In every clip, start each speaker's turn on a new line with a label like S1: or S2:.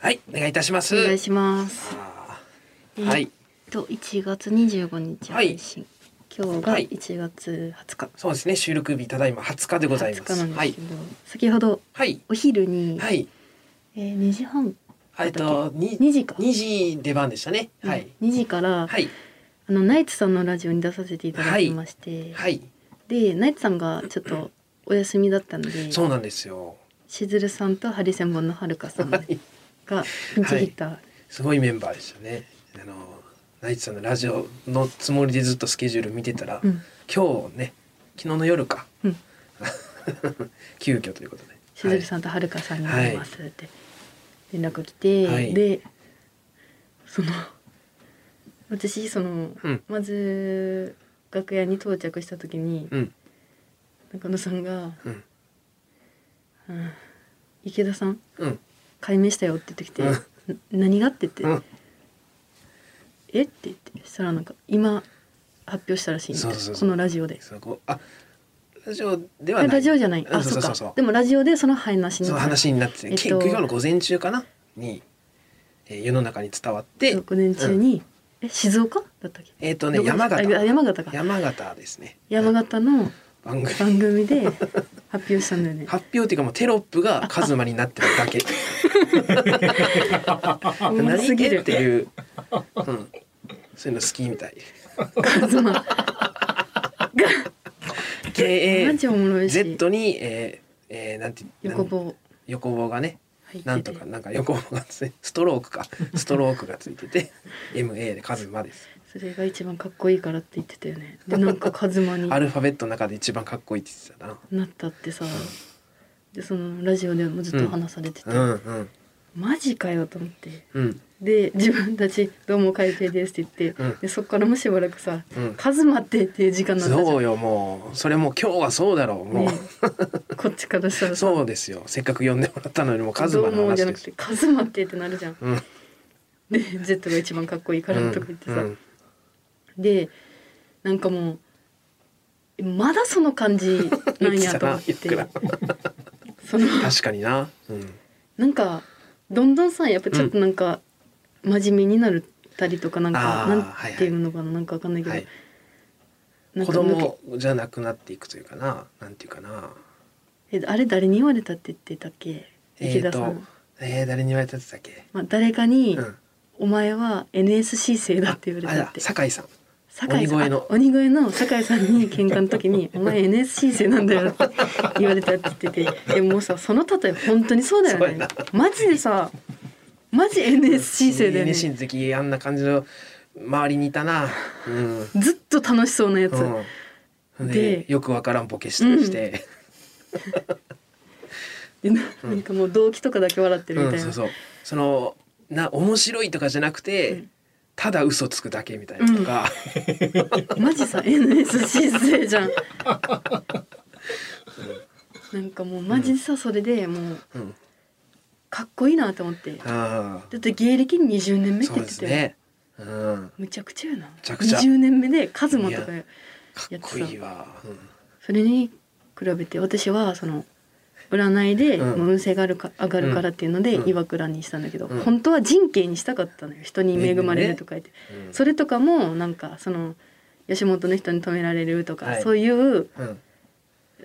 S1: はい、お願いいたします。
S2: お願いします。
S1: あ
S2: え
S1: ーは
S2: ー
S1: い
S2: っ、と1月25日配信。今日が
S1: はい
S2: 1月20日。
S1: そうですね。収録日ただいま20日でござい
S2: 20
S1: ま
S2: 日
S1: す。
S2: なん
S1: は
S2: で
S1: い
S2: すけ、ど、先ほど
S1: はい、
S2: お昼に、
S1: はい、
S2: えー2時半、
S1: えっと、に
S2: 2時か。
S1: 二時出番でしたね。はい、
S2: 2時から、
S1: はい、
S2: あのナイツさんのラジオに出させていただきまして、
S1: はい、
S2: でナイツさんがちょっとお休みだったので、
S1: そうなんですよ。
S2: しずるさんとハリセンボンのはるかさん
S1: は
S2: が
S1: い、
S2: ピンチヒッター。
S1: すごいメンバーでしたね。あの、ナイツさんのラジオのつもりでずっとスケジュール見てたら、
S2: うん
S1: 今日ね、昨日の夜か、
S2: うん、
S1: 急遽ということで。
S2: しずるさ
S1: ん、
S2: んとはるかさんになりますって連絡来て、
S1: はい
S2: でその私その、
S1: うん
S2: まず楽屋に到着した時に、
S1: はい、うん、
S2: 中野さんが
S1: うん、
S2: 「うん池田さん
S1: うん、
S2: 解明したよ」って言ってきて「な何が?」って言って「
S1: うん、
S2: えっ?」て言ってそしたらなんか「今発表したらしいみたいな
S1: そうそうそう
S2: このラジオで。
S1: そこ、あ、ラジオでは
S2: あ
S1: ない。
S2: ラジオじゃない。
S1: う
S2: あ、
S1: ん
S2: そ
S1: そううそう
S2: か
S1: そう。。
S2: でもラジオでその話に
S1: そ
S2: な
S1: の
S2: った。
S1: 話になって、
S2: えっと
S1: 結局今日の午前中かなに、えー世の中に伝わって、
S2: 午年中に、え静岡だったっけ？
S1: えっ、とね
S2: どこ
S1: 山
S2: あ
S1: 形
S2: 山形か。
S1: 山形ですね
S2: 山形の
S1: 番組
S2: 番組で発表したんだ よね。
S1: 発表っていうかもうテロップがカズマになってるだ け
S2: おもろ
S1: 何
S2: すぎ
S1: 言
S2: る
S1: って。いう、うん、そういうの好きみたい
S2: カ ズマが マジおもろいし。
S1: KAZ に、えーえーなんて
S2: 横
S1: なん
S2: 棒
S1: 横棒がね
S2: 入ってて。
S1: なんとかなんか横棒がついストローク かストロークがついてて MA でカズマです
S2: それが一番かっこいいからって言ってたよね。でなんかカズマ に
S1: アルファベットの中で一番かっこいいって言って
S2: なったってさ。でそのラジオでもずっと話されてて、
S1: たなうんうん
S2: マジかよと思って。
S1: うん
S2: で自分たち「どうも会計です」って言って、
S1: うん
S2: でそっからもしばらくさ
S1: う
S2: 「
S1: ん
S2: カズマって」っていう時間なんだじゃ
S1: そ
S2: ん
S1: うよもうそれもう今日はそうだろうもう、
S2: ねえこっちからしたらさ
S1: そうですよせっかく呼んでもらったのにもうカズマ
S2: どう
S1: の
S2: もじ
S1: 話
S2: ゃな
S1: で
S2: く
S1: す
S2: て「カズマって」ってなるじゃん。
S1: うん
S2: で「Z が一番かっこいいから」とか言ってさ、
S1: うん
S2: でなんかもうまだその 感じなんやと思って
S1: 言ってたなよ く
S2: その
S1: 確かにな、うん、
S2: なんかどんどんさやっぱちょっとなんか、真面目になるたりとかなんか
S1: あー
S2: なんていうのかな、なんかわかんないけど、
S1: はい
S2: なん
S1: 子
S2: か
S1: 供じゃなくなっていくというかななんていうかな
S2: えあれ誰に言われたって言ってたっけ
S1: え
S2: 池
S1: っ、
S2: 田さん、
S1: とえー、誰に言われたってたっけ、
S2: まあ、誰かに、
S1: うん、
S2: お前は NSC 生だって言われ
S1: あれ
S2: た
S1: だ
S2: って
S1: 酒井さん
S2: 酒井さん
S1: 鬼越の
S2: あ鬼越の酒井さんに喧嘩の時 に「お前 NSC 生なんだよ」って言われたって言っててでもうさその例え本当にそうだよ
S1: そうや
S2: ね
S1: な
S2: マジでさマジ NSC 生だよね
S1: NSC の時あんな感じの周りにいたなうん、うん
S2: ずっと楽し そうなやつ、
S1: で
S2: で
S1: よくわからんボケしたりして、
S2: でななんかもう動機とかだけ笑って
S1: う
S2: るみ
S1: ん
S2: たいな、
S1: そうそうそのな面白いとかじゃなくて、ただ嘘つくだけみたいなとか、
S2: マジさ NSC 生じゃんなんかもうマジでさそれでもう
S1: うん
S2: かっこいいなと思ってだ
S1: ああ
S2: って芸歴20年目って
S1: そう
S2: 言
S1: で
S2: って
S1: す
S2: たよ
S1: ねうん
S2: むちゃくちゃやな
S1: ちゃくちゃ
S2: 20年目でカズマとか
S1: いか
S2: や
S1: っ
S2: って
S1: こ
S2: さ
S1: いいわ、
S2: それに比べて私はその占いで
S1: うん
S2: もう運勢があるか上がるからっていうので
S1: うん
S2: 岩倉にしたんだけど、
S1: うん
S2: 本当は人形にしたかったのよ人に恵まれるとか言って、
S1: うん
S2: それとかもなんかその吉本の人に止められるとか、
S1: はい
S2: そういう
S1: うんうん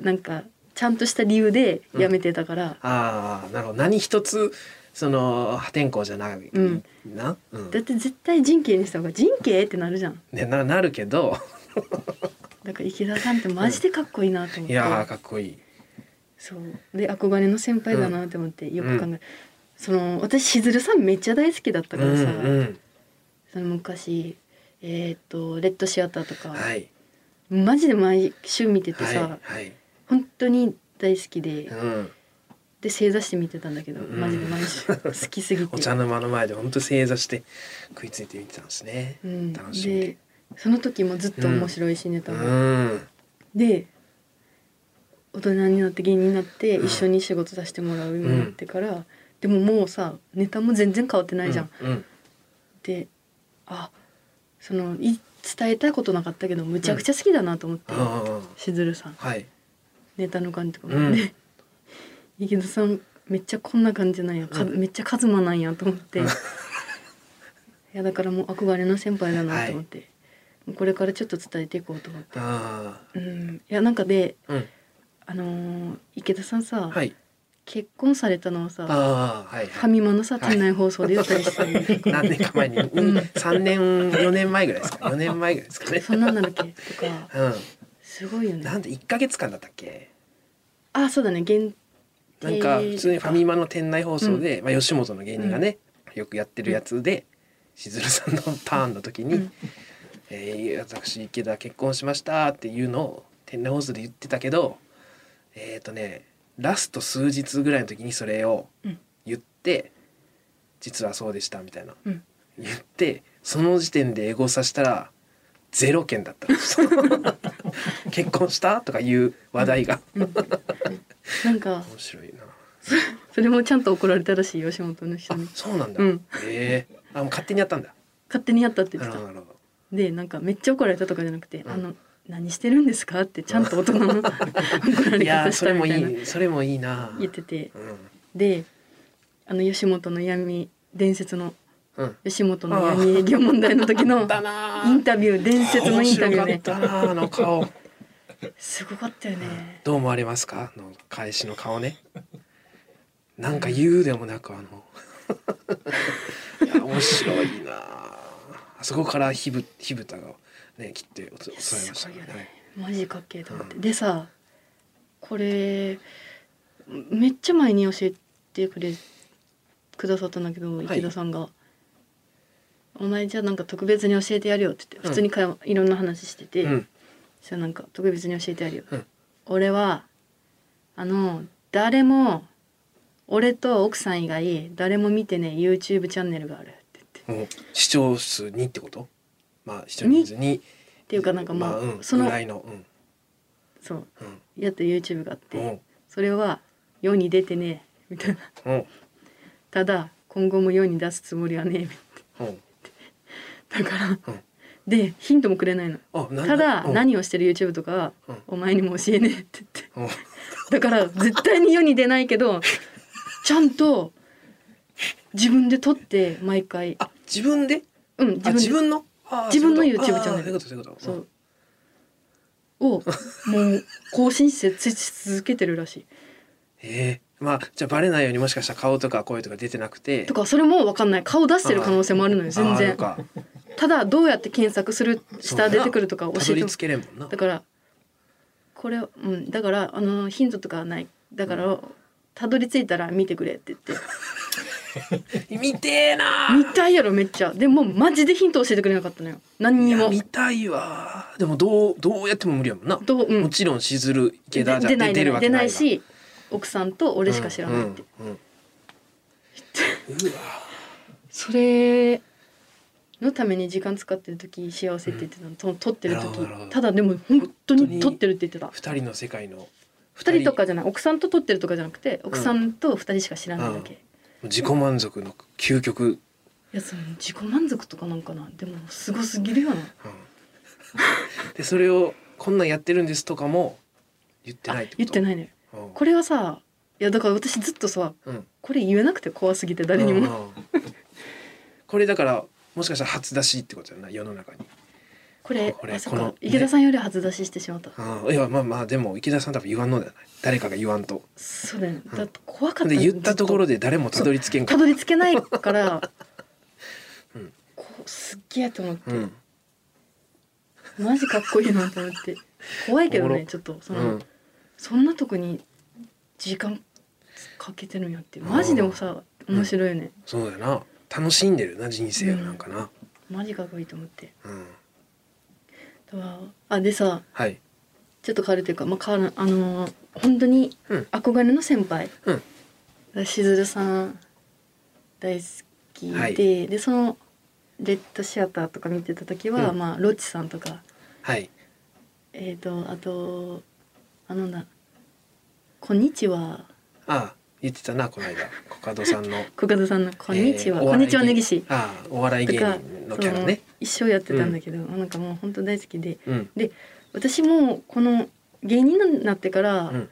S2: なんかちゃんとした理由で辞めてたから、
S1: ああなるほど何一つその破天荒じゃない、
S2: うん
S1: な、うん
S2: だって絶対人形にした方が人形ってなるじゃん
S1: ね、ななるけど
S2: だから池田さんってマジでかっこいいなと思っ
S1: い
S2: て、
S1: やーかっこいい、
S2: そうで憧れの先輩だなって思ってよく考え、その私しずるさんめっちゃ大好きだった
S1: うん
S2: からさ、
S1: うん、
S2: その昔えーっとレッドシアターとか、
S1: はい
S2: マジで毎週見てて
S1: はい
S2: さ、
S1: はい、
S2: 本当に大好きで、
S1: うん、
S2: で正座して見てたんだけど、
S1: うん
S2: マジで毎週好きすぎて
S1: お茶の間の前で本当正座して食いついて見てたんですね、
S2: うん、
S1: 楽しんで
S2: でその時もずっと面白いしネ
S1: う
S2: タも、
S1: ん
S2: で大人になって芸人になって
S1: うん
S2: 一緒に仕事させてもらうようになってから、でももうさネタも全然変わってないじゃん、
S1: うん
S2: であそのい伝えたいことなかったけどむちゃくちゃ好きだなと思って、
S1: うんああ
S2: しずるさん
S1: はい
S2: ネタの感じとかも、
S1: うん
S2: で池田さんめっちゃこんな感じなんや、かめっちゃカズマなんやと思って いやだからもう憧れの先輩だなと思って、もうこれからちょっと伝えていこうと思って、
S1: あ
S2: うん、いやなんかで
S1: あうん
S2: あのー池田さんさ、
S1: はい
S2: 結婚されたのをさ
S1: ああはい
S2: ファ
S1: は
S2: ミマのさ店内放送で言ったりしたの
S1: い何年か前に
S2: ん
S1: 三年四年前ぐらいですか四年前ぐらいですかね
S2: そんなんなんだっけとか
S1: う
S2: すごいよ
S1: んな
S2: ね
S1: んで一ヶ月間だったっけ
S2: あそうだね限定
S1: なんか普通にファミマの店内放送で、まあ、吉本の芸人がね、よくやってるやつで、しずるさんのターンの時に「
S2: うん
S1: えー私池田結婚しました」っていうのを店内放送で言ってたけどえっ、ー、とねラスト数日ぐらいの時にそれを
S2: うん
S1: 言って「実はそうでした」みたいな
S2: うん
S1: 言ってその時点でエゴさしたらゼロ件だったの 結婚したとかいう話題が
S2: なんか
S1: 面白いな。
S2: それもちゃんと怒られたらしい吉本の人
S1: あ
S2: に、
S1: そうなんだ。
S2: うん
S1: ええあ、もう勝手にやったんだ。
S2: 勝手にやったって
S1: な
S2: 言っ
S1: る
S2: て
S1: ほど、な
S2: た
S1: るほ
S2: でなんかめっちゃ怒られたとかじゃなくて、
S1: うん
S2: あの何してるんですかってちゃんと大人の 怒ら
S1: ど。
S2: れ
S1: いや
S2: 方
S1: ー、
S2: し
S1: それ
S2: た
S1: も
S2: みたいない
S1: い、それもいいな。
S2: 言ってて
S1: うん。
S2: であの吉本の闇伝説の
S1: うん。
S2: 吉本の闇営業問題の 時の
S1: だなー。
S2: インタビュー伝説のインタビュー
S1: 面
S2: ね
S1: 白かったなーあの顔。
S2: すごかったよね
S1: どう思われますか。あの返しの顔ね。なんか言うでもなく、あの。 いや、面白いなー。あそこから火ぶ、火蓋が。ね、切って、おつ、おさえまし
S2: す
S1: た
S2: ごいよ
S1: からね
S2: ね。マジかっけえと思って、でさこれめっちゃ前に教えてくれくださったんだけど
S1: い
S2: 池田さんが、お前じゃあなんか特別に教えてやるよ」って言って普通に会話、いろんな話してて、
S1: うん。
S2: そしたらなんか特別に教えてやるよ、
S1: うん
S2: 俺はあの誰も俺と奥さん以外誰も見てね YouTube チャンネルがあるって言ってっ
S1: もう視聴数にってこと。まあ、視聴人数に。って
S2: いうかなんかまあ、
S1: うん、
S2: その
S1: ぐらいの。うん。
S2: そう
S1: うん。
S2: やった YouTube があって、
S1: うん。
S2: それは世に出てねみたいな
S1: うん。
S2: ただ今後も世に出すつもりはね
S1: うん。
S2: だから、
S1: うん
S2: でヒントもくれないの
S1: あ、なん
S2: ただ
S1: うん
S2: 何をしてる YouTube とかは
S1: うん
S2: お前にも教えねえって言って
S1: うん
S2: だから絶対に世に出ないけどちゃんと自分で撮って毎回
S1: あ、自分で。
S2: うん
S1: あ、
S2: 自分
S1: 自
S2: で
S1: 分の。あー
S2: 自分の
S1: そういうこと
S2: YouTube チャンネル
S1: あーそういうこと、そういうこと。
S2: そうをもう更新してつ続けてるらし
S1: ええまあ、じゃ、あバレないように、もしかしたら顔とか声とか出てなくて
S2: いと。かそれも分かんない顔出してる可能性もあるのよ全
S1: あーあ
S2: 然
S1: るか
S2: ただどうやって検索する
S1: そう
S2: 下
S1: やな
S2: 出てくるとか教
S1: た
S2: え
S1: ど
S2: て
S1: り
S2: も
S1: 着けれんもんな
S2: だ。からこれうんだからあのヒントとかはないだから、たどり着いたら見てくれって言って
S1: 見てえな
S2: 見たいやろめっちゃでもマジでヒント教えてくれなかったのよ何
S1: ー。い
S2: に
S1: や
S2: も
S1: 見たいわー。でも、どう、どうやっても無理やもんな。
S2: どううん
S1: もちろん、しずる、池田じゃ
S2: で出ない
S1: 出るわけ
S2: 出
S1: な
S2: ないいし奥さんと俺しか知らないって、
S1: うん。うんうんうわ
S2: それのために時間使ってる時幸せって言ってたの、その撮ってる
S1: なる
S2: 時
S1: ほどなるほど
S2: ただでも本当
S1: 本当に
S2: に撮ってるって言ってた
S1: ー二人の世界の。
S2: 二人とかじゃない奥さんと撮ってるとかじゃなくて奥さんと二人しか知らないだけ、
S1: うん自己満足の究極。
S2: いやその自己満足とかなんかなでもすごすぎるよな
S1: うんでそれをこんなんやってるんですとかも言ってないってこと
S2: 言って
S1: い、
S2: ないのよ
S1: うん、
S2: これはさいやだから私ずっとさ
S1: うん
S2: これ言えなくて怖すぎて誰にも、
S1: うんこれだからもしかしたら初出しってことやな世の中に、
S2: これ
S1: これ
S2: まさ
S1: こ
S2: か
S1: の
S2: 池田さんより初出ししてしまった、
S1: うん、いやまあまあでも池田さん多分言わんのではない誰かが言わんと
S2: そうだよね
S1: うん
S2: だって怖かった
S1: で言ったところ
S2: で
S1: で誰もたどり着けんか
S2: たどり着けないから
S1: うん
S2: こうすっげえと思って
S1: ら、うん
S2: マジかっこいいなと思って怖いけど
S1: おも
S2: ね
S1: ろ
S2: ちょっとそうの、
S1: ん、
S2: そんなとこに時間かけてるんやってマジでもさ
S1: うん
S2: 面白いよね、
S1: そうだよな楽しんでるな人生をなんかな、
S2: マジかっこいいと思って
S1: うん
S2: だからあでさ
S1: はい
S2: ちょっと変わるというか、まあ、変わるあのー本当に
S1: うん
S2: 憧れの先輩、
S1: うん
S2: しずるさん大好きで、
S1: はい
S2: でそのレッドシアターとか見てた時は、
S1: うん
S2: まあロッチさんとか
S1: はい
S2: えっ、とあとあのな「こんにちは
S1: ああ言ってたなこの間コカドさんの 「
S2: 小風さんのこんにちは、
S1: えーお
S2: こん
S1: 笑い
S2: にちは
S1: 芸
S2: 根岸」
S1: ああお笑い
S2: と
S1: 芸
S2: か
S1: 人の
S2: そ
S1: キャラ
S2: の
S1: ね
S2: 一生やってたんだけど、なんかもう本当大好きで
S1: うん
S2: 私もこの芸人になってから、
S1: うん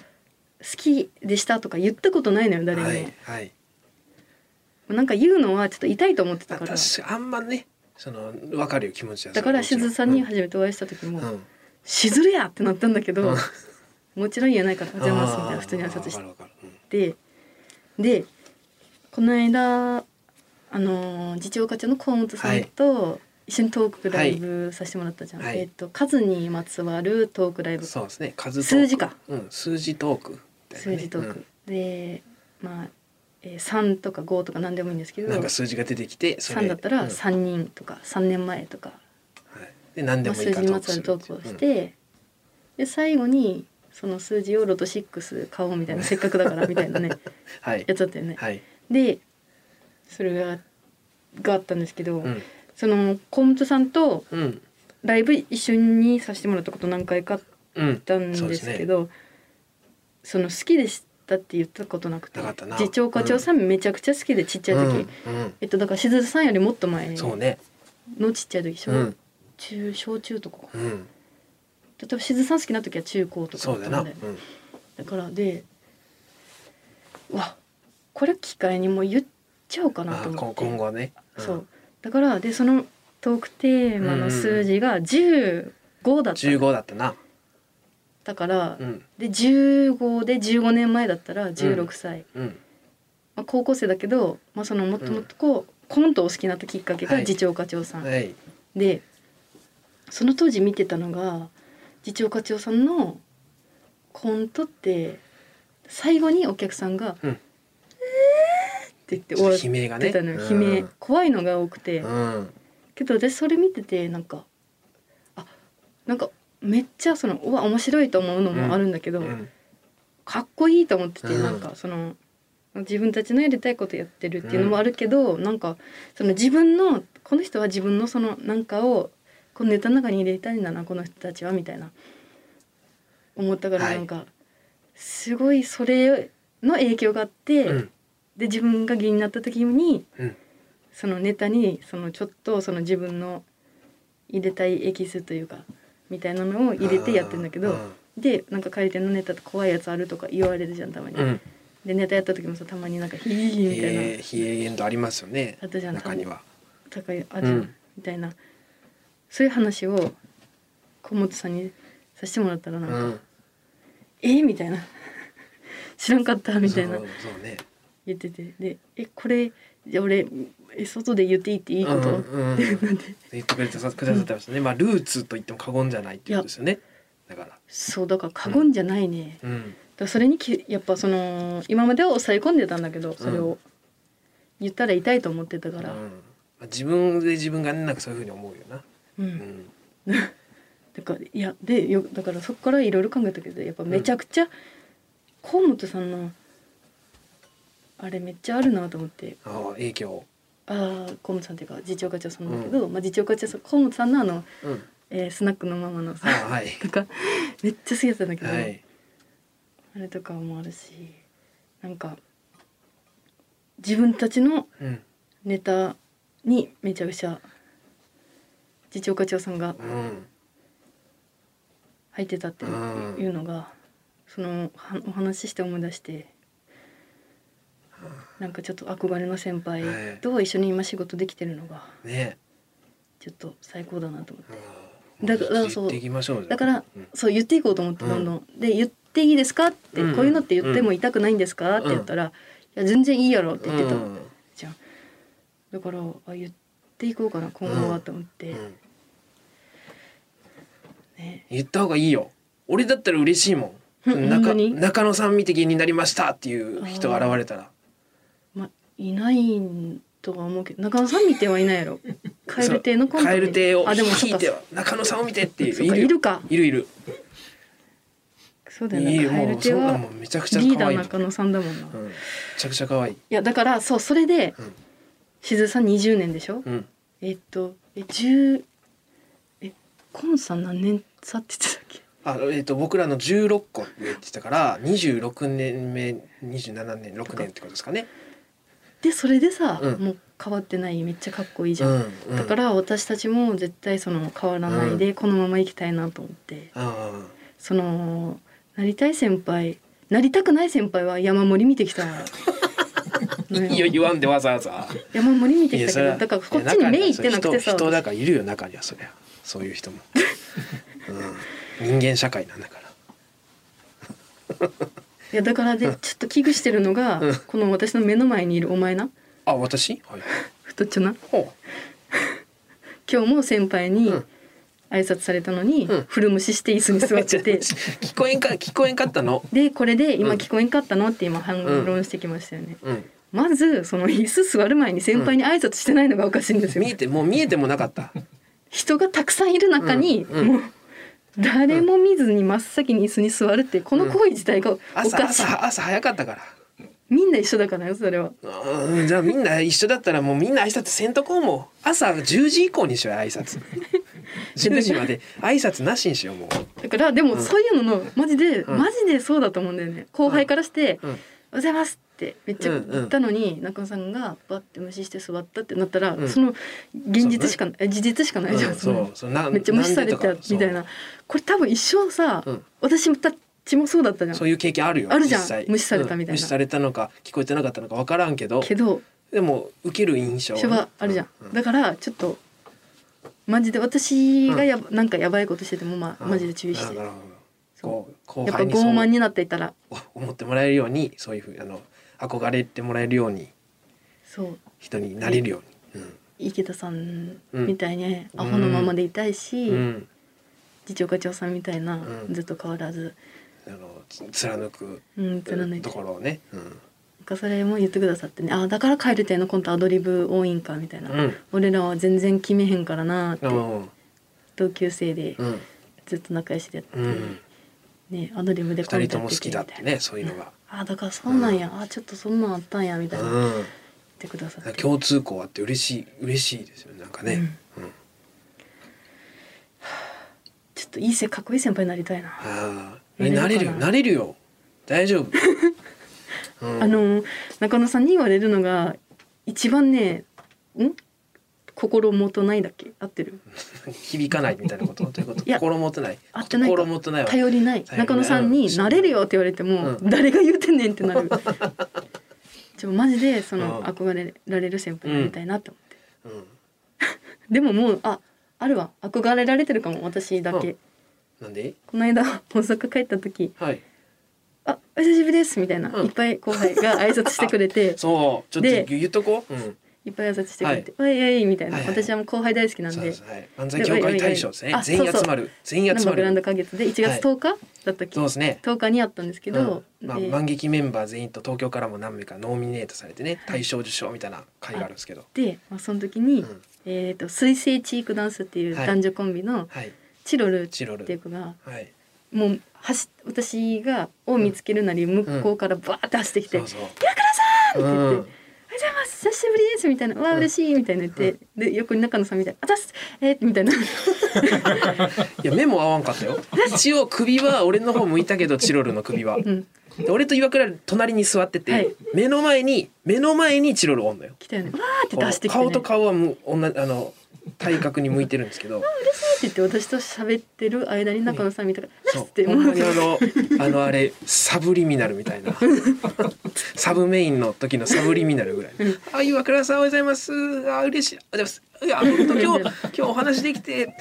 S2: きでしたとか言ったことないのよ誰も、
S1: はいはい
S2: なんか言うのはちょっと痛いと思ってた
S1: あ
S2: から
S1: 確かあんまねその分かるよ気持ちは
S2: だからしずさんに
S1: うん
S2: 初めてお会いした時も
S1: う
S2: 「
S1: ん
S2: しずるや!」ってなったんだけ
S1: う
S2: ど
S1: ん
S2: もちろん言えないから「お邪魔す」み
S1: あ
S2: たい
S1: ー
S2: な普通に挨拶し
S1: わかるわかる
S2: てでこの間あのー次長課長の河本さんと一緒にトークライブさせてもらったじゃん、
S1: はい
S2: えっ、と数にまつわるトークライ
S1: うん
S2: ブ
S1: そうですね数トーク
S2: 数字か
S1: うん数字トークみたいなね
S2: 数字トーク、でまあ、えー、3とか5とか何でもいいんですけ
S1: うん
S2: ど
S1: なんか数字が出てきてそれ
S2: 3だった
S1: う
S2: ら
S1: ん
S2: 3人とか3年前とか、
S1: はいで何で
S2: まあ、
S1: もいい
S2: 数
S1: か
S2: 字
S1: ら
S2: にまつわるトークをして、で最後にその数字をロト6買おうみたいなせっかくだからみたいなね
S1: はい
S2: やつだったよね。
S1: はい
S2: でそれががあったんですけど、
S1: うん
S2: そのコントさんと
S1: うん
S2: ライブ一緒にさせてもらったこと何回かあっ
S1: うん
S2: たんですけどその好きでしたって言ったことなくて
S1: なかったな
S2: 次長課長さんめちゃくちゃ好きでちっちゃい時、
S1: うん
S2: えっとだからしずるさんよりもっと
S1: う
S2: 前
S1: んそうね
S2: のちっちゃい時小
S1: うん
S2: 中小中とかか
S1: うん
S2: 例えばしずさん好きな時は中高とかだ
S1: そう
S2: っ
S1: だな
S2: たの
S1: う
S2: で
S1: ん
S2: だからでうわこれ機会にもう言っちゃおうかな
S1: あ
S2: と思
S1: こ
S2: って
S1: 今後ねん
S2: そうだからでそのトークテーマの数字が15だったの、
S1: 15だったな
S2: だから、
S1: うん
S2: で15で15年前だったら16歳、
S1: うん
S2: まあ、高校生だけど、まあ、そのもっともっとこう、コントを好きになったきっかけが
S1: はい
S2: 次長課長さん、
S1: はい
S2: でその当時見てたのが次長課長さんのコントって最後にお客さんが「
S1: うん
S2: えー!」って言って
S1: ち
S2: 終
S1: ょ
S2: わ
S1: っ
S2: っ
S1: と悲鳴がね
S2: てたのよ、
S1: うん
S2: 悲鳴怖いのが多くて、
S1: うん
S2: けど私それ見ててなんかあなんかめっちゃそのうわ面白いと思うのもあるんだけど、
S1: うん
S2: かっこいいと思ってて、
S1: うん
S2: なんかその自分たちのやりたいことやってるっていうのもあるけど、なんかその自分のこの人は自分のそのなんかをこのネタの中に入れたいんだなこの人たちはみたいな思ったから
S1: はい
S2: なんか、すごいそれの影響があって、
S1: うん
S2: で自分が芸人になった時に、
S1: うん
S2: そのネタにそのちょっとその自分の入れたいエキスというかみたいなのを入れてやってんだけど。でなんか回転のネタって怖いやつあるとか言われるじゃんたまに、
S1: うん
S2: でネタやった時もさたまになんかヒーヒーみたいな、
S1: 冷え限度ありますよね
S2: あったじゃん
S1: 中には
S2: 高いあるじゃん、
S1: うん
S2: みたいなそういう話を小本さんにさせてもらったらなんか「
S1: うん
S2: えーみたいな 「知らんかった」みたいな
S1: そうそうね
S2: 言っててで「えこれじゃあ俺え外で言っていいっていいこと
S1: うんうんうん言ってくれてさくださってましたねまあルーツと言っても過言じゃないっていうことですよねだから
S2: そうだから過言じゃないね、だ
S1: うん
S2: からそれにきやっぱその今までは抑え込んでたんだけどそれを、
S1: う
S2: 言ったら痛いと思ってた
S1: う
S2: か
S1: ん
S2: ら、
S1: まあ自分で自分がねなんかそういうふうに思うよな
S2: う
S1: うんん
S2: だからいやでよだからそこからいろいろ考えたけどやっぱめちゃくちゃ河本さんのあれめっちゃあるなと思って
S1: ああ影響
S2: ああ河本さんっていうか次長課長さんなんだけど、まあ、次長課長さん河本さんのあの、
S1: うん
S2: えースナックのママの
S1: ああ
S2: さ
S1: はい
S2: とかめっちゃ好きだったんだけど、
S1: はい
S2: あれとかもあるしなんか自分たちの
S1: うん
S2: ネタにめちゃくちゃ次長課長さんが
S1: うん
S2: 入ってたっていう
S1: うん
S2: いうのがそのはお話しして思い出してなんかちょっと憧れの先輩と一緒に今仕事できてるのが
S1: ね
S2: ちょっと最高だなと思って
S1: うん
S2: だから
S1: もう言
S2: そう
S1: っていきましょうよ
S2: だから
S1: うん
S2: そう言っていこうと思って
S1: うん
S2: どんどんで言っていいですかって
S1: うん
S2: こういうのって言っても痛くないんですかって言ったらいや全然いいやろって言ってた
S1: うん
S2: じゃんだからあ言っていこうかな今後はと思って
S1: うん
S2: ね
S1: 言った方がいいよ俺だったら嬉しいも
S2: うん
S1: ん中
S2: 本当に
S1: 中野さん見て芸人になりましたっていう人が現れたら
S2: まあいないとは思うけど中野さん見てはいないやろカエル亭のコント
S1: カエル亭を
S2: あでもそ
S1: 聞
S2: っ
S1: い
S2: か
S1: ては中野さんを見てっていう
S2: そうかいるか
S1: いるいる
S2: そうだよ
S1: い
S2: ね
S1: い
S2: カエ
S1: も
S2: ル
S1: う
S2: 亭
S1: そんな
S2: は
S1: もうめちゃくちゃ
S2: リー
S1: 可
S2: ダ
S1: 愛
S2: ー
S1: いもん
S2: 中野さんだもんな、
S1: う
S2: い
S1: んめちゃくちゃ可愛い
S2: やだからそうそれで、
S1: うん
S2: しずさん20年でしょ、
S1: うん
S2: えっとえ10えコンさん何年差って言ってたっけ
S1: あえっ、と僕らの16個って言ってたから26年目27年6年ってことですかね
S2: でそれでさ、
S1: うん
S2: もう変わってないめっちゃかっこいいじ
S1: う
S2: ゃん、
S1: んうん
S2: だから私たちも絶対その変わらないでこのまま行きたいなと思って、
S1: うんうん
S2: そのなりたい先輩なりたくない先輩は山盛り見てきたのよね
S1: いいよ言わんでわざわざ
S2: 山盛り見て
S1: い
S2: き
S1: や
S2: た
S1: そ
S2: け
S1: れ
S2: ど
S1: は
S2: だからこっち
S1: いや中
S2: に
S1: には
S2: 目いってなくて
S1: 人
S2: さ
S1: 人だからいるよ中にはそりゃそういう 人も、うん、人間社会なんだから
S2: いやだからでちょっと危惧してるのが、
S1: うん
S2: この私の目の前にいるお前な
S1: あ私はい
S2: 太っちょな
S1: ほ
S2: 今日も先輩に
S1: うん
S2: 挨拶されたのに、
S1: うん
S2: 古虫して椅子に座って て
S1: 聞こえんか聞こえんかったの
S2: でこれで
S1: う
S2: 今
S1: ん
S2: 聞こえんかったのって今反論してきましたよね、
S1: うん
S2: まずその椅子座る前に先輩に挨拶してないのがおかしいんですよ、
S1: 見えてもう見えてもなかった
S2: 人がたくさんいる中に、
S1: うんうん
S2: もう誰も見ずに真っ先に椅子に座るってこの行為自体がおかしい、
S1: 朝朝朝早かったから
S2: みんな一緒だからよそれは
S1: うんじゃあみんな一緒だったらもうみんな挨拶せんとこうもう朝10時以降にしよう挨 拶10時まで挨拶なしにしようも
S2: だからでも
S1: うん
S2: そういうののマジで、
S1: うん
S2: マジでそうだと思うんだよね後輩からして「
S1: う、うん、
S2: おはようございます」ってめっちゃ言ったのに、中野さんがバッて無視して座ったってなったら、
S1: うん
S2: その現実しか、え事実しかないじゃん、
S1: うん
S2: その
S1: そうそうな
S2: めっちゃ無視された
S1: なんでとか
S2: みたいなこれ多分一生さ、
S1: そう,、
S2: 私たちもそうだったじ
S1: うん、
S2: ゃん
S1: そういう経験あるよ
S2: あるじゃん
S1: 実際
S2: 無視されたみた
S1: うん
S2: いな
S1: 無視されたのか聞こえてなかったのか分からんけど
S2: けど
S1: でも受ける印象
S2: それはあるじゃん、
S1: う
S2: だからちょっとマジで私がや、なんかやばいことしててもまあ
S1: うん
S2: マジで注意して、
S1: なるほど
S2: そ
S1: こう後
S2: うやっぱ
S1: 輩にそう
S2: 傲慢になっていったら
S1: 思ってもらえるようにそういうふうにあの憧れてもらえるように
S2: そう
S1: 人になれるように、
S2: 池田さん
S1: うん
S2: みたいにアホのままでいたいし、
S1: うんうん、
S2: 次長課長さんみたいな、
S1: うん
S2: ずっと変わらず、
S1: あのつ貫く
S2: うん、貫いて
S1: ところをね、うん
S2: なんかそれも言ってくださってね「ああだから蛙亭のコントアドリブ多いんか」みたいな、
S1: うん
S2: 俺らは全然決めへんからな」って
S1: うん
S2: 同級生で
S1: うん
S2: ずっと仲良しでやってて、
S1: うん、
S2: ね、アドリブで
S1: 二
S2: コン
S1: 人
S2: ト
S1: と
S2: や
S1: も
S2: っ
S1: 好
S2: てて
S1: き
S2: み
S1: だ
S2: た
S1: っ
S2: いな
S1: てねそういうのが、
S2: ああだからそうなんや、ああちょっとそんなんあったんやみたいな、言
S1: うん、
S2: ってくださって
S1: 共通項あって嬉しい嬉しいですよねなんかね、うん
S2: ちょっといいせかっこいい先輩になりたいな、
S1: ああ
S2: な
S1: な
S2: れ
S1: れる
S2: るか
S1: よ
S2: な
S1: なれるよ大丈夫、うん
S2: あの中野さんに言われるのが一番ねん心もとないだっけ合ってる
S1: 響かないみたいなことということ
S2: いや
S1: 心もとない
S2: 合ってないか
S1: 心もとないわ
S2: 頼りない
S1: 頼りない
S2: 中野さんに「
S1: うん
S2: なれるよ」って言われても、
S1: うん
S2: 誰が言うてんねんってな るちょマジでその
S1: うん
S2: 憧れられる先輩になりたいなと思
S1: う
S2: って、
S1: ん
S2: でももうああるわ憧れられてるかも私だけ、
S1: うんなんで
S2: この間大阪帰った時
S1: はい
S2: 「あお久しぶりです」みたいな、
S1: うん
S2: いっぱい後輩が挨拶してくれ て
S1: そうちょっと
S2: で
S1: 言っとこう、うん、
S2: いっぱい挨拶してくれて「おいおい」みたい
S1: は
S2: な、
S1: いはいはい
S2: 私はもう後輩大好きなん
S1: そう
S2: で
S1: ですはい漫才協会大賞ですね
S2: あ
S1: 全員集まる全員集
S2: 生
S1: ま
S2: グランド
S1: る
S2: 花月で1月10日、だったっけ
S1: そうですね
S2: 10日にあったんですけど、
S1: うんまあ、
S2: で
S1: 万劇メンバー全員と東京からも何名かノミネートされてね大賞受賞みたいな会があるんですけど、
S2: でまあ、その時に、
S1: うん
S2: えー、と水星チークダンスっていう
S1: はい
S2: 男女コンビの
S1: はい
S2: チロルっ
S1: チロル
S2: ていう子が
S1: はい
S2: もう走っ私がを見つけるなり向こうからバーって走ってきて「
S1: そ
S2: お
S1: う
S2: はよ
S1: そう
S2: て
S1: う
S2: 言って
S1: ん
S2: うございます久しぶりです」みたいな「わあ
S1: うん
S2: 嬉しい」みたいな言ってで横に中野さんみたいな「あたすえーみたいな
S1: いや目も合わんかったよ一応首は俺の方向いたけどチロルの首は
S2: うん
S1: で俺と岩倉隣に座ってて、
S2: はい
S1: 目の前に目の前にチロルおんのよ
S2: 来たよね「わあ」って
S1: こ
S2: 出し
S1: う
S2: てきて、ね
S1: 顔
S2: 「
S1: と
S2: わ
S1: 顔はもう同じあの体格に向いてるんですけど
S2: あって言って私と喋ってる間に中野さん見たから「あ
S1: そ う
S2: っ」って
S1: ほ
S2: も
S1: んま
S2: う
S1: にあのあのあれサブリミナルみたいなサブメインの時のサブリミナルぐらい「あ岩倉さんおはようございますあ嬉しいあでもいや本当今日今日お話できて」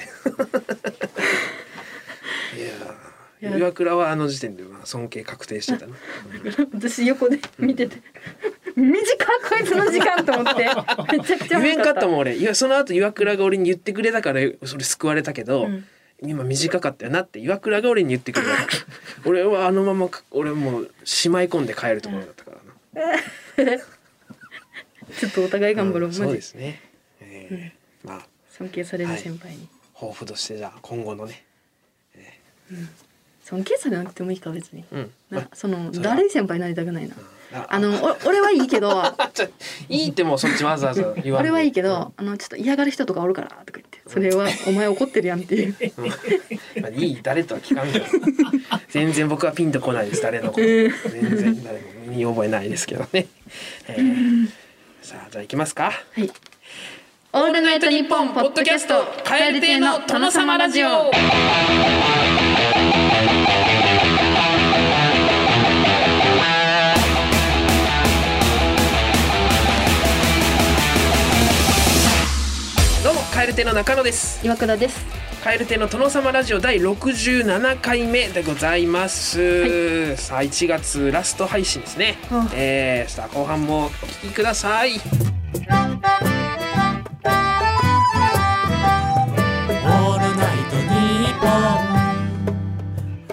S1: い
S2: いや
S1: や岩倉はあの時点でまあ尊敬確定してたな。
S2: 私横で見てて「短っこいつの時間」と思ってめちゃくちゃ
S1: 言えんかった
S2: ん
S1: もん俺いやその後岩倉が俺に言ってくれたからそれ救われたけど、
S2: うん
S1: 今短かったよなって岩倉が俺に言ってくれた俺はあのままか俺もうしまい込んで帰るところだったからな、
S2: ちょっとお互い頑張
S1: うん
S2: ろう、マ
S1: そう
S2: ジ
S1: ですね、えーまあ
S2: 尊敬される先輩に、
S1: 抱負としてじゃあ今後のね
S2: 尊敬されなくてもいいか別に、
S1: うん
S2: なその
S1: それは
S2: だるい先輩になりたくないな、
S1: あ
S2: あのお俺はいいけど
S1: あちょいいってもうそっちわざわざ言わんで
S2: 俺はいいけど、あのちょっと嫌がる人とかおるからとか言ってそれはお前怒ってるやんっていう
S1: まあいい誰とは聞かんけど全然僕はピンとこないです誰のこと
S2: え
S1: 全然誰も身に覚えないですけどね、えーさあじゃあ行きますか
S2: はい「 オールナイトニッポン」ポッドキャスト「蛙亭の殿様ラジオ」
S1: はどうも蛙亭の中野です
S2: 岩倉です
S1: 蛙亭の殿様ラジオ第67回目でございます、さあ1月ラスト配信ですね、
S2: はあ
S1: えー、さあ後半もお聞きください
S3: 「オールナイトニッ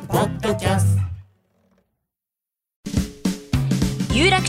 S3: ポン」「ポッドキャスト
S4: 有楽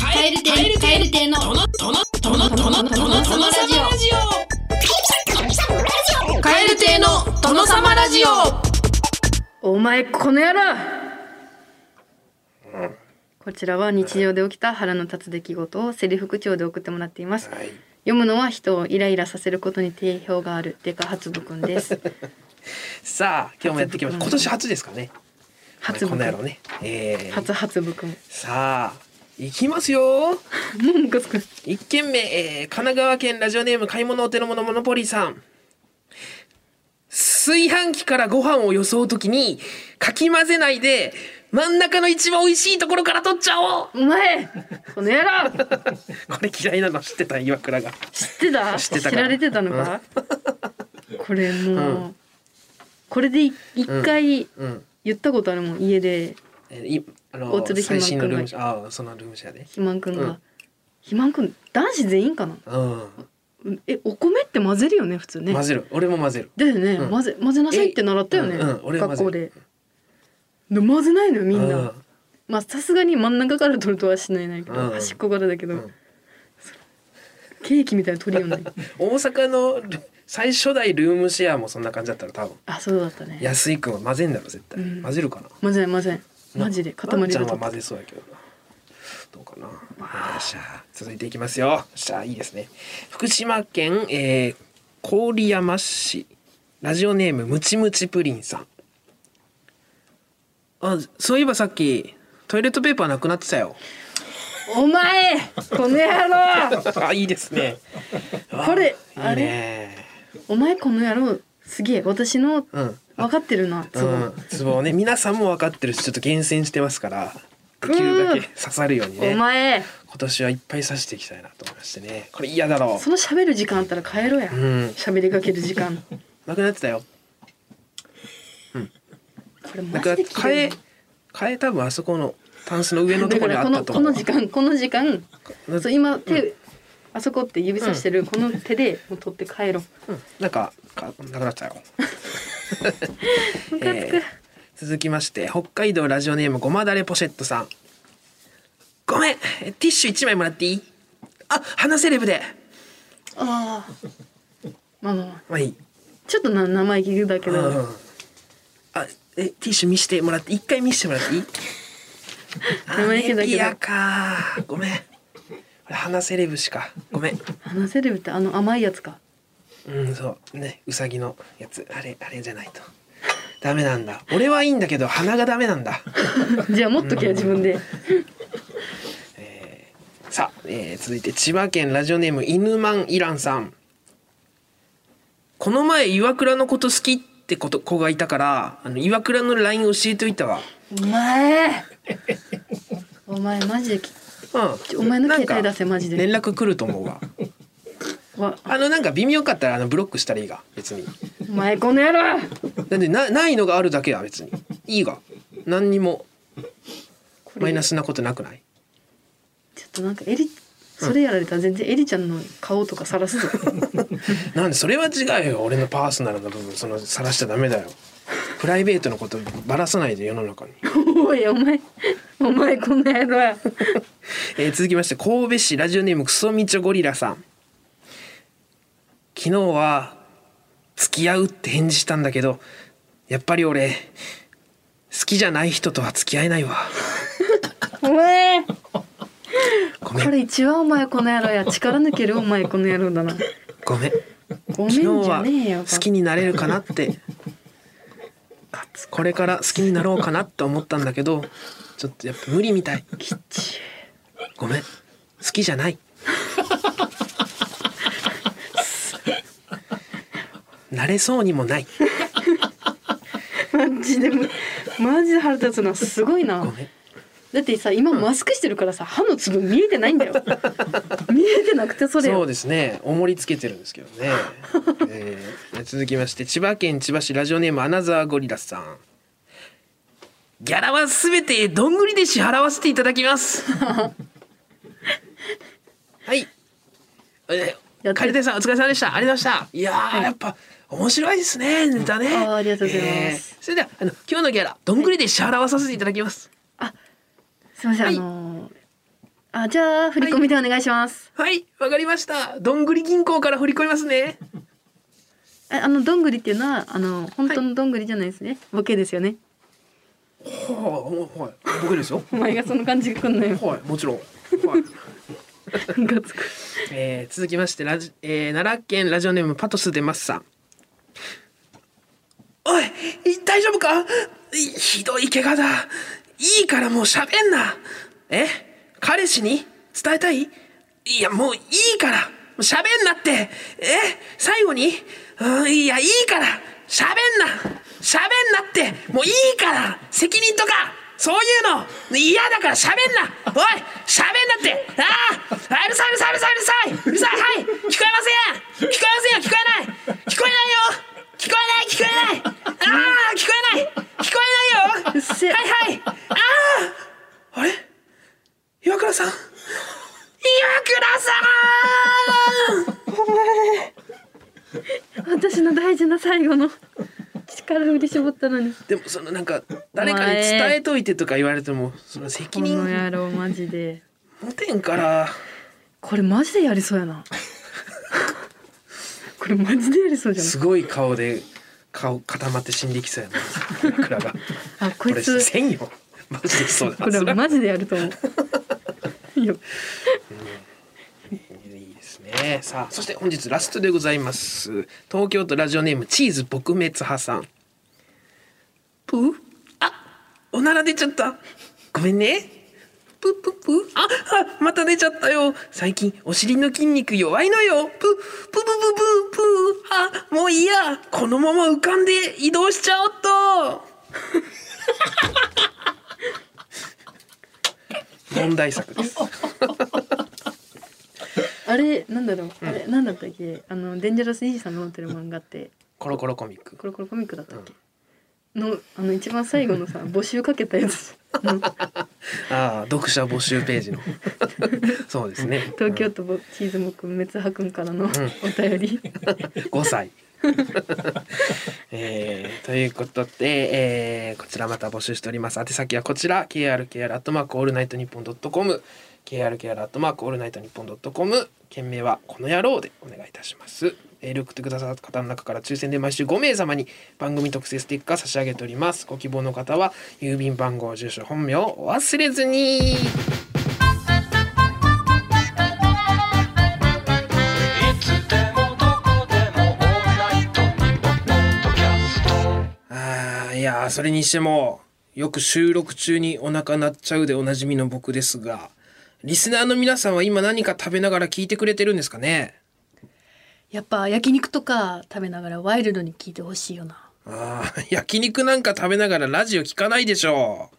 S5: カエル亭カエル亭の殿殿殿殿殿様ラジオカエル亭の殿様ラジオ
S2: お前この野郎、こちらは日常で起きた腹の立つ出来事をセリフ口調で送ってもらっています
S1: はい
S2: 読むのは人をイライラさせることに定評があるデカ初部くんです。
S1: さあ今日もやってきました今年初ですかね
S2: 初
S1: こ
S2: 部
S1: ん
S2: く
S1: なやろ
S2: ん。
S1: ね、えー、
S2: 初初部くん。
S1: さあ行きますよ
S2: もうムカつく。
S1: 一軒目、えー神奈川県ラジオネーム買い物お手の物モノポリーさん炊飯器からご飯をよそうときにかき混ぜないで真ん中の一番美味しいところから取っちゃ おう
S2: お前この野郎
S1: これ嫌いなの知ってた岩倉が
S2: 知ってた
S1: 知ってたから
S2: られてたのか、これもう、これでい一回
S1: うん
S2: 言ったことあるもん家で
S1: えーいあの
S2: 大鶴ひまん
S1: 最新のルーム
S2: く
S1: シェアあーそのルームシェアで
S2: 肥満くんが、
S1: うん
S2: 肥満くん男子全員かな
S1: う
S2: うんえお米って混ぜるよね普通
S1: ん
S2: ね
S1: 混ぜる俺も混ぜる
S2: だよね、
S1: うん
S2: 混ぜ混ぜなさいって習ったよね、
S1: えうんうん俺は混
S2: 学
S1: ぜる
S2: 校でで混ぜないのよみんな、
S1: うん
S2: まあさすがに真ん中から取るとはしないないけど、
S1: うんうん
S2: 端っこからだけど、
S1: うん
S2: そのケーキみたいな取り よね
S1: 大阪のル最初代ルームシェアもそんな感じだったら多分
S2: あそうだったね
S1: 安井君は混ぜんだろ絶対、
S2: うん
S1: 混ぜるかな
S2: 混ぜない混ぜないマジで塊
S1: ま
S2: で
S1: っちゃん
S2: 取っ
S1: は
S2: た
S1: 混ぜそうやけどなどうかなよっしゃ続いていきますよよっしゃいいですね福島県、えー、郡山市ラジオネームムチムチプリンさんあそういえばさっきトイレットペーパーなくなってた よ
S2: お前この野 郎
S1: あいいですね
S2: これ
S1: い
S2: あ
S1: い
S2: れ
S1: ね
S2: お前この野郎すげえ私の
S1: うん、
S2: 分かってるなそううん
S1: ツボをね皆さんも分かってるしちょっと厳選してますからできるだけ刺さるようにね
S2: お前
S1: 今年はいっぱい刺していきたいなと思いましてねこれ嫌だろ
S2: その喋る時間あったら帰ろうや
S1: う、うん、
S2: 喋りかける時間こ
S1: なくなってたよ
S2: れマ
S1: だから
S2: ジで
S1: 替
S2: 嫌い
S1: え替え多分あそこのタンスの上のと
S2: だ
S1: こ
S2: か
S1: ろに
S2: ら
S1: あ
S2: こ
S1: った
S2: の
S1: と
S2: こ
S1: 思う
S2: の時間この時間
S1: な
S2: そう今手、あそこって指さしてるこの手でもう取って帰ろう
S1: うんなんかかなくなっちゃうよ、
S2: ムカ つ
S1: え
S2: く、
S1: ー続きまして北海道ラジオネームごまだれポシェットさんごめんティッシュ1枚もらっていいあ鼻セレブで
S2: ああまあまあまあ
S1: まあいい
S2: ちょっとな生意気だけど、
S1: うんあえティッシュ見してもらって一回見してもらっていいあ
S2: 生意気だけど
S1: ネビアかごめん俺鼻セレブしかごめん
S2: 話せるってあの甘いやつか
S1: うんそうねうさぎのやつあれあれじゃないとダメなんだ俺はいいんだけど鼻がダメなんだ
S2: じゃあ持っとけよ自分で
S1: さあ、えー続いて千葉県ラジオネーム犬マンイランさんこの前岩倉のこと好きってこと子がいたからあの岩倉の LINE 教えておいたわ
S2: お前お前マジでき
S1: うん
S2: お前の携
S1: な
S2: 帯
S1: んか
S2: 出せマジ
S1: 連
S2: で
S1: 絡来ると思 うわ
S2: わ
S1: あのなんか微妙かったらあのブロックしたらいいが別に
S2: お前この野郎
S1: なんでなないのがあるだけは別にいいが何にもマイナスなことなくない
S2: ちょっとなんかエリそれやられたら全然エリちゃんの顔とかさらすぞ
S1: なんでそれは違うよ俺のパーソナルな部分その晒しちゃダメだよプライベートのことばらさないで世の中に、
S2: おいお前お前この野郎
S1: えー続きまして神戸市ラジオネームクソミチョゴリラさん昨日は「付き合う」って返事したんだけどやっぱり俺好きじゃない人とは付き合えないわ
S2: お前
S1: ごめ
S2: こ
S1: ん
S2: れ一番お前この野郎や力抜けるお前この野郎だな
S1: ごめん
S2: ご
S1: 昨
S2: めん
S1: 日
S2: じゃ
S1: は
S2: ねえよ
S1: 好きになれるかなってこれから好きになろうかなって思ったんだけどちょっとやっぱ無理みたい
S2: きっち
S1: ごめん好きじゃ ない慣れそうにもない
S2: いマジでむマジで腹立つなすごいな
S1: ごめん
S2: だってさ今マスクしてるからさ歯の粒見えてないん だよ見えてなくてそれ
S1: そう
S2: よ
S1: ですね重りつけてるんですけどね、 えー続きまして千葉県千葉市ラジオネームアナザーゴリラさんギャラはすべてどんぐりで支払わせていただきます はいえ
S2: やって
S1: 楓さんお疲れ様でしたありがとうございましたいやー、やっぱ面白いですねネタね
S2: あーありがとうございます
S1: えーそれではあの今日のギャラどんぐりで支払わさせていただきます
S2: すいません、
S1: はい
S2: あのーあじゃあ振り込みでお願いします、
S1: はいわかりましたどんぐり銀行から振り込みますね
S2: えあのどんぐりっていうのはあの本当のどんぐりじゃないですね、ボケですよね
S1: はあもうはい僕ですよ
S2: お前がその感じが来んのよ
S1: はい、もちろん。はい、
S2: ガツく
S1: えー続きまして、ラジ、えー奈良県ラジオネームパトスでますさん。おい、い大丈夫かいひどい怪我だ。いいからもう喋んな。え彼氏に伝えたいいや、もういいから。もう喋んなって。え最後にうん、いや、いいから。喋んな。喋んなって。もういいから。責任とか。そういうの嫌だから喋んなおい喋んなってあーあうるさいうるさいうるさいうるさいうるさいはい聞こえません聞こえませんよ聞こえない聞こえないよ聞こえない聞こえないああ聞こえない聞こえないうよ
S2: っせえ
S1: はいはいあああれ岩倉さん岩倉さん
S2: 私の大事な最後の力振り絞ったの に
S1: でもそのなんか誰かに伝えといてとか言われてもその責
S2: この
S1: 任
S2: 野郎マジで
S1: 持てんから
S2: これマジでやりそう やなこれマジでやりそうじゃ
S1: すごい顔で顔固まって死んでいきそうやな岩倉が
S2: ないあこ
S1: こ
S2: い
S1: れ
S2: つ
S1: せんよマジでそうだ
S2: これ
S1: それ
S2: は
S1: は
S2: マジでやると思ういや
S1: いいですねさあそして本日ラストでございます東京都ラジオネームチーズ撲滅派さんぷーあおなら出ちゃったごめんねぷーぷーぷーああまた出ちゃったよ最近お尻の筋肉弱いのよぷーぷーぷーぷーぷーあもういいやこのまま浮かんで移動しちゃおっと 問題作です
S2: あれなんだろうあれなんだったっけあのデンジャラスイージさんが持ってる漫画って
S1: コロコロコミック
S2: コロコロコミックだったっけ、のあの一番最後のさ募集かけた やつあの
S1: ああ読者募集ページのそうですね
S2: 東京都ぼチーズモくん滅破くんからのお便り、
S1: 5歳えー、ということで、えーこちらまた募集しております宛先はこちら KRKR アットマークオールナイトニッポンドットコム KRKR アットマークオールナイトニッポンドットコム件名はこの野郎でお願いいたしますメール送ってくださった方の中から抽選で毎週5名様に番組特製ステッカー差し上げておりますご希望の方は郵便番号住所本名をお忘れずに
S6: つでもどこでもオールナイトニッポンポッドキャスト」
S1: あーいやーそれにしてもよく収録中にお腹鳴っちゃうでおなじみの僕ですがリスナーの皆さんは今何か食べながら聞いてくれてるんですかね
S2: やっぱ焼肉とか食べながらワイルドに聞いてほしいよな
S1: あー 焼肉なんか食べながらラジオ聞かないでしょう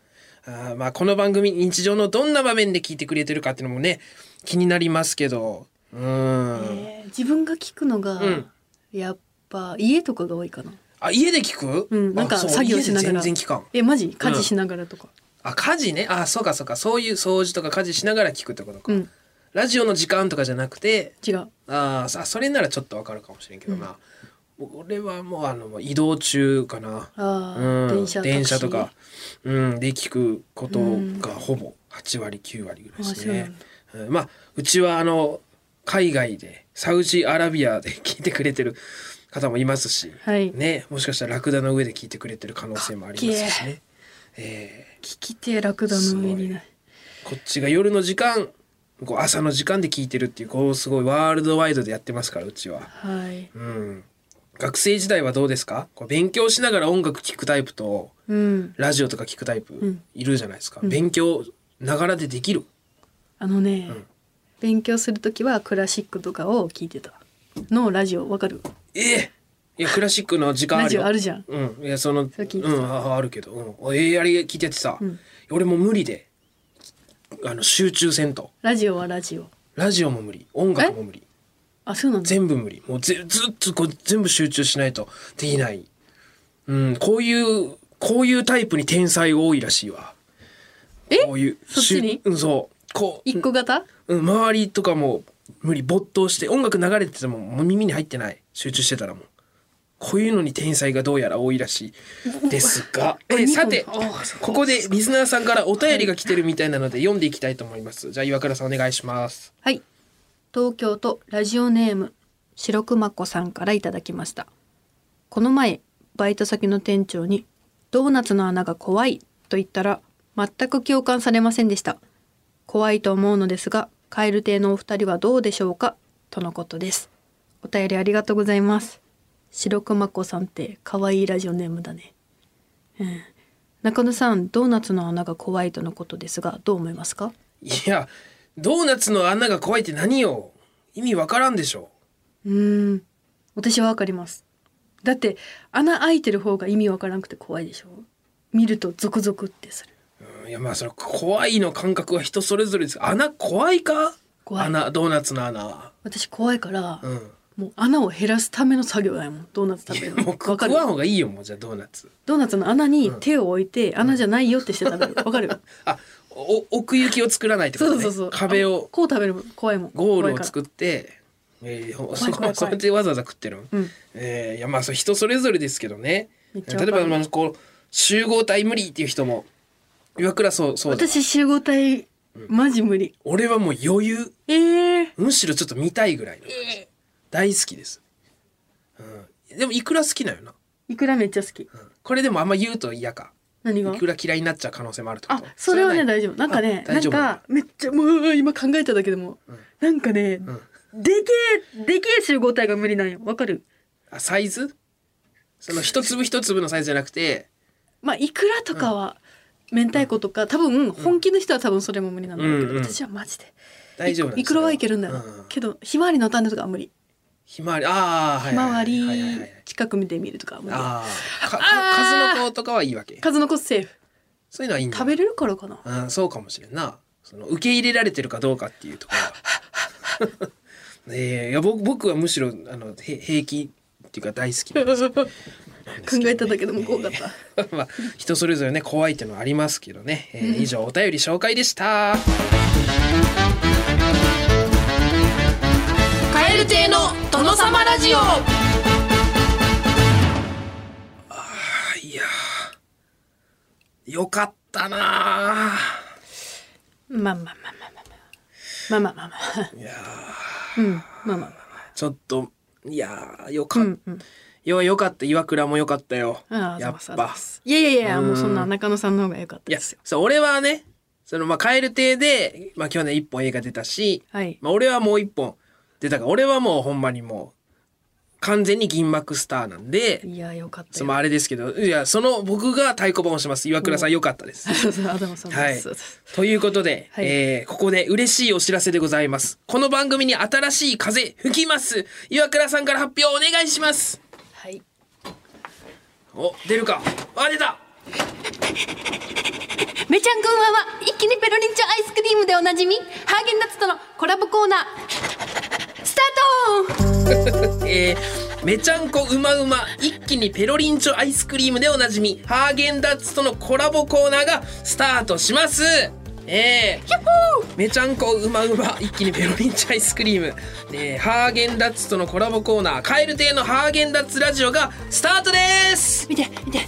S1: あーまあこの番組日常のどんな場面で聞いてくれてるかっていうのもね気になりますけどうーん、
S2: えー自分が聞くのが、
S1: うん
S2: やっぱ家とかが多いかな
S1: あ家で聞く、
S2: うんなんか
S1: あそう
S2: 作業しなが
S1: 家で
S2: ら
S1: 全然聞かん
S2: えマジ家事しながらとか
S1: あ家事ねあそうかそうかそういう掃除とか家事しながら聞くってことか、
S2: うん
S1: ラジオの時間とかじゃなくて
S2: 違う
S1: あーさそれならちょっとわかるかもしれんけどな、俺はもうあの移動中かな、
S2: あー、
S1: うん、
S2: 電車
S1: とか、うん、で聞くことがほぼ8割9割ぐらいですね
S2: あ、
S1: うんまあうちはあの海外でサウジアラビアで聞いてくれてる方もいますし、
S2: はい
S1: ね、もしかしたらラクダの上で聞いてくれてる可能性もありますしね、え
S2: 聞き手ラクダの上にない
S1: ーこっちが夜の時間こう朝の時間で聞いてるっていうこうすごいワールドワイドでやってますからうちは。
S2: はい
S1: うん、学生時代はどうですかこう勉強しながら音楽聴くタイプと
S2: うん
S1: ラジオとか聴くタイプ
S2: ん
S1: いるじゃないですか、勉強ながらでできる
S2: あのね、勉強するときはクラシックとかを聞いてたのラジオわかる
S1: ええいやクラシックの時間あ
S2: ラ
S1: る
S2: ジ
S1: よ
S2: オあるじゃん
S1: うんいやその
S2: それ聞いて
S1: う
S2: た
S1: んああるけど、うん、ええあれ聞いてやってさ、俺もう無理であの集中せんと
S2: ラジオはラジオ
S1: ラジオも無理音楽も無理
S2: あそうなんだ
S1: 全部無理もうぜずっとこう全部集中しないとできない、うん、こういうこういうタイプに天才多いらしいわ
S2: え
S1: こういう
S2: そっち
S1: 集
S2: に
S1: うんそうこう
S2: 一個型
S1: うん、周りとかも無理没頭して音楽流れててももう耳に入ってない集中してたらもうこういうのに天才がどうやら多いらしいですがえさて
S2: あーそう
S1: ここでリスナーさんからお便りが来てるみたいなので読んでいきたいと思いますじゃあ岩倉さんお願いします
S2: はい東京都ラジオネーム白熊子さんからいただきましたこの前バイト先の店長にドーナツの穴が怖いと言ったら全く共感されませんでした怖いと思うのですがカエル亭のお二人はどうでしょうかとのことですお便りありがとうございます白熊子さんって可愛いラジオネームだねうん中野さんドーナツの穴が怖いとのことですがどう思いますか
S1: いやドーナツの穴が怖いって何よ意味わからんでしょ
S2: うーん私はわかりますだって穴開いてる方が意味わからなくて怖いでしょ見るとゾクゾクってする
S1: うんいやまあそれ怖いの感覚は人それぞれです穴怖いか
S2: 怖い
S1: 穴ドーナツの穴は
S2: 私怖いから、
S1: うん
S2: もう穴を減らすための作業だよもんドーナツ食べる
S1: も
S2: の
S1: う
S2: わ
S1: 食
S2: かる
S1: わん方がいいよもうじゃあドーナツ
S2: ドーナツの穴に手を置いて、穴じゃないよってして食べるわ かる
S1: あお奥行きを作らないってこ
S2: そ
S1: と
S2: う
S1: ね
S2: そうそう
S1: 壁
S2: あ
S1: を
S2: こう食べるの怖いもん
S1: ゴール
S2: 怖いか
S1: を
S2: ら
S1: 作ってえー、ほ
S2: 怖い怖い
S1: そそれでわざわざ食ってるの、
S2: うん
S1: えーいやまあそれ人それぞれですけどね
S2: めっ
S1: 例
S2: ちゃ
S1: え
S2: わかる
S1: ばまあこう集合体無理っていう人も岩倉そうそうだ
S2: 私集合体マジ無理、
S1: 俺はもう余裕
S2: えー、
S1: むしろちょっと見たいぐらいの、大好きです、うん、でもいくら好きなよな、
S2: いくらめっちゃ好き
S1: うんこれでもあんま言うと嫌か
S2: 何が
S1: いくら嫌いになっちゃう可能性もあるってこ
S2: あ
S1: と
S2: それはね
S1: ない
S2: 大丈夫なんかね
S1: あ
S2: な
S1: 大
S2: ん
S1: 丈夫
S2: かめっちゃもう今考えただけでも、なんかね、でけえでけえ集合体が無理なんよわかる
S1: あサイズその一粒一粒のサイズじゃなくて
S2: まあいくらとかは、明太子とか多分本気の人は多分それも無理なんだろうけど、
S1: うんうん
S2: 私はマジで
S1: 大丈夫なんです
S2: いくらはいけるんだよ、
S1: うん
S2: けどひまわりの種とかは無理
S1: ひまわりああは
S2: ひ
S1: いは
S2: ま
S1: いはい
S2: わ
S1: はいはい
S2: り
S1: はい
S2: 近く見てみるとかは無理
S1: ああかか
S2: あー
S1: 数の子とかはいいわけ
S2: 数の子セーフ
S1: そういうのはいいんだ
S2: 食べれるから かな
S1: うんそうかもしれんなその受け入れられてるかどうかっていうところは えーいや僕僕はむしろあのへ平気っていうか大好きなんです よ
S2: 考えただけでも怖かった、
S1: まあ人それぞれね怖いっていうのはありますけどね、えー以上お便り紹介でした
S5: カエル亭の殿様ラジオ
S1: いやーよかったなー
S2: まあまあまあまあまあまあまあまあまあいやうんまあまあまあ
S1: ちょっといやーよかっ
S2: うんうん
S1: よよかった岩倉もよかったよ
S2: ああ、
S1: やっ
S2: そうそう
S1: ぱ
S2: ですいやいやいや、もうそんな中野さんの方が良かった
S1: いや
S2: ですよ。
S1: そう俺はねそのまあ蛙亭で、まあ、去年一本映画出たし、
S2: はい
S1: まあ、俺はもう一本出たから俺はもうほんまにもう完全に銀幕スターなんで
S2: いや、良かった
S1: そ
S2: よ。
S1: のあれですけどいやその僕が太鼓判を押します岩倉さんよかったです。
S2: そうそう、あ、でもそう
S1: は
S2: で
S1: い
S2: す。そうです。
S1: ということで、
S2: はい
S1: えーここで嬉しいお知らせでございます。この番組に新しい風吹きます。岩倉さんから発表お願いします。
S2: はい。
S1: お、出るか。あ、出た
S7: めちゃんこんばんは一気にペロリンチョアイスクリームでおなじみハーゲンダッツとのコラボコーナースタート
S1: えー、めちゃんこうまうま一気にペロリンチョアイスクリームでおなじみハーゲンダッツとのコラボコーナーがスタートしますえー、めちゃんこうまうま一気にペロリンチョアイスクリーム、えー、ハーゲンダッツとのコラボコーナー「カエル亭のハーゲンダッツラジオ」がスタートです
S7: 見て見て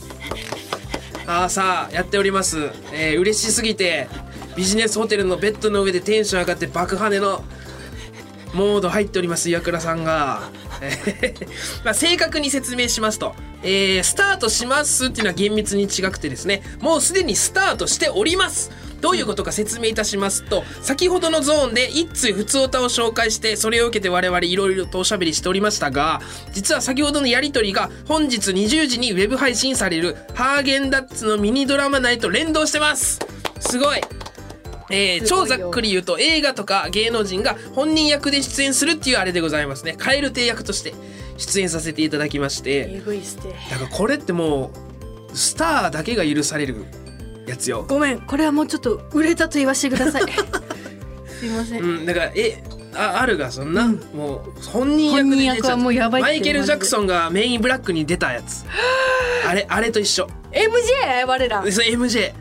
S1: あーさあやっております、えー、嬉しすぎてビジネスホテルのベッドの上でテンション上がって爆跳ねのモード入っております岩倉さんが、 えーまあ、正確に説明しますと、えースタートしますっていうのは厳密に違くてですねもうすでにスタートしておりますどういうことか説明いたしますと先ほどのゾーンで一通普通歌を紹介してそれを受けて我々いろいろとおしゃべりしておりましたが実は先ほどのやり取りが本日20時にウェブ配信されるハーゲンダッツのミニドラマ内と連動してますすごいえー
S2: すご
S1: 超
S2: い
S1: ざ
S2: よ
S1: っくり言うと映画とか芸能人が本人役で出演するっていうあれでございますね蛙亭役として出演させていただきまして
S2: えぐいして
S1: だからこれってもうスターだけが許されるやつよ、
S2: ごめんこれはもうちょっと売れたと言わせてく ださいすいません、
S1: うん、だからえああるがそんな、もう本人
S2: 本
S1: 役で
S2: 人
S1: 出
S2: 役
S1: ちゃ
S2: は
S1: う
S2: もうやばいって
S1: マイケル・ジャクソンがメインブラックに出たやつあれあれと一緒
S2: MJ 我ら
S1: それ MJ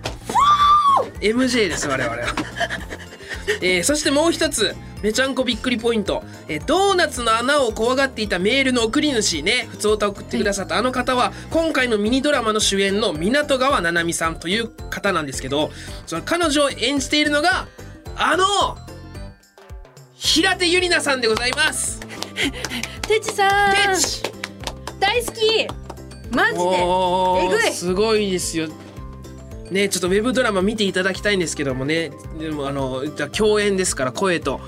S1: MJ です我々は、えーそしてもう一つめちゃんこびっくりポイント、えードーナツの穴を怖がっていたメールの送り主ね普通歌を送ってくださったあの方は今回のミニドラマの主演の湊川七海さんという方なんですけどその彼女を演じているのがあの平手友梨奈さんでございます
S2: てちさん
S1: ペチ
S2: 大好きマジで
S1: おー
S2: えぐい
S1: すごいですよねちょっとウェブドラマ見ていただきたいんですけどもねでもあのじゃあ共演ですから声と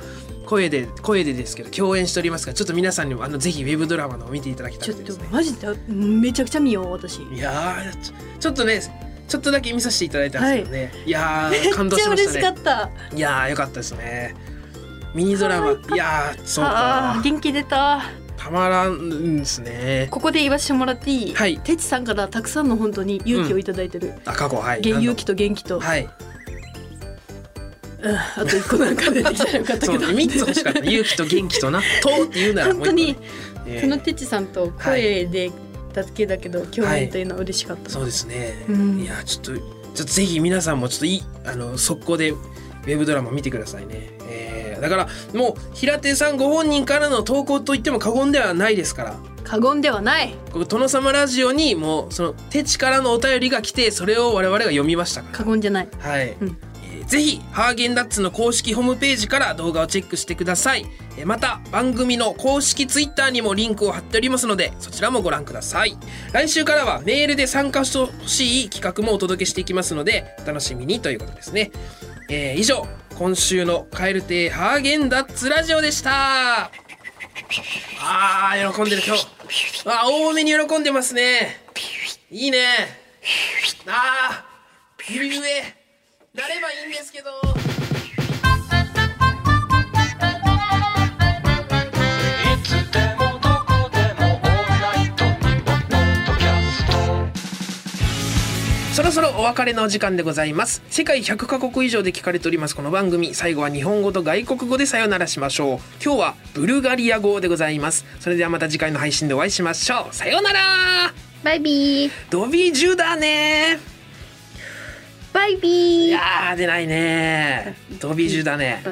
S1: 声で声でですけど共演しておりますからちょっと皆さんにもあのぜひウェブドラマの方見ていただきた
S2: ちょ
S1: く
S2: って
S1: です
S2: と
S1: ね
S2: マジでめちゃくちゃ見よう私
S1: いやーちょちょっとねちょっとだけ見させていただいたんですけどね、い、やー感動しま
S2: めっちゃ
S1: し
S2: 嬉
S1: た
S2: しか
S1: ね
S2: った
S1: いやーよかったですねミニドラマいやーそう
S2: ああ
S1: か
S2: 元気出た
S1: たまらんですね
S2: ここで言わせてもらっていい、
S1: はい
S2: てちさんからたくさんの本当に勇気をいただいてる、
S1: あ過去はい
S2: げ勇気と元気と、
S1: はい
S2: うんあと一個なんか出てきたらよかった
S1: そ
S2: け
S1: う
S2: ど
S1: ね、3つ欲しかった勇気と元気とな「と」って言うならも
S2: 本
S1: う一
S2: 当
S1: 個ね
S2: に
S1: ええ
S2: そのてちさんと声でだけだけど共演というのは嬉しかった、
S1: そうですね、
S2: うん
S1: いやちょっとちょっとぜひ皆さんもちょっといいあの速攻でウェブドラマ見てくださいね、えーだからもう平手さんご本人からの投稿と言っても過言ではないですから
S2: 過言ではない
S1: この殿様ラジオにもうその手地からのお便りが来てそれを我々が読みましたから
S2: 過言じゃない
S1: はい、
S2: うん
S1: えーぜひハーゲンダッツの公式ホームページから動画をチェックしてくださいえーまた番組の公式ツイッターにもリンクを貼っておりますのでそちらもご覧ください来週からはメールで参加してほしい企画もお届けしていきますのでお楽しみにということですね、えー以上今週の「カエル亭ハーゲンダッツラジオ」でしたあー喜んでる今日あー多めに喜んでますねいいねあーゆうえなればいいんですけど
S8: いつでもどこでもオールナイトニッポンポッドキャスト
S1: そろそろお別れのお時間でございます世界100カ国以上で聞かれておりますこの番組最後は日本語と外国語でさよならしましょう今日はブルガリア語でございますそれではまた次回の配信でお会いしましょうさよなら
S2: バイビー
S1: ドビージュだね
S2: バイ
S1: い
S2: ビー
S1: やー出ないねドビージュだね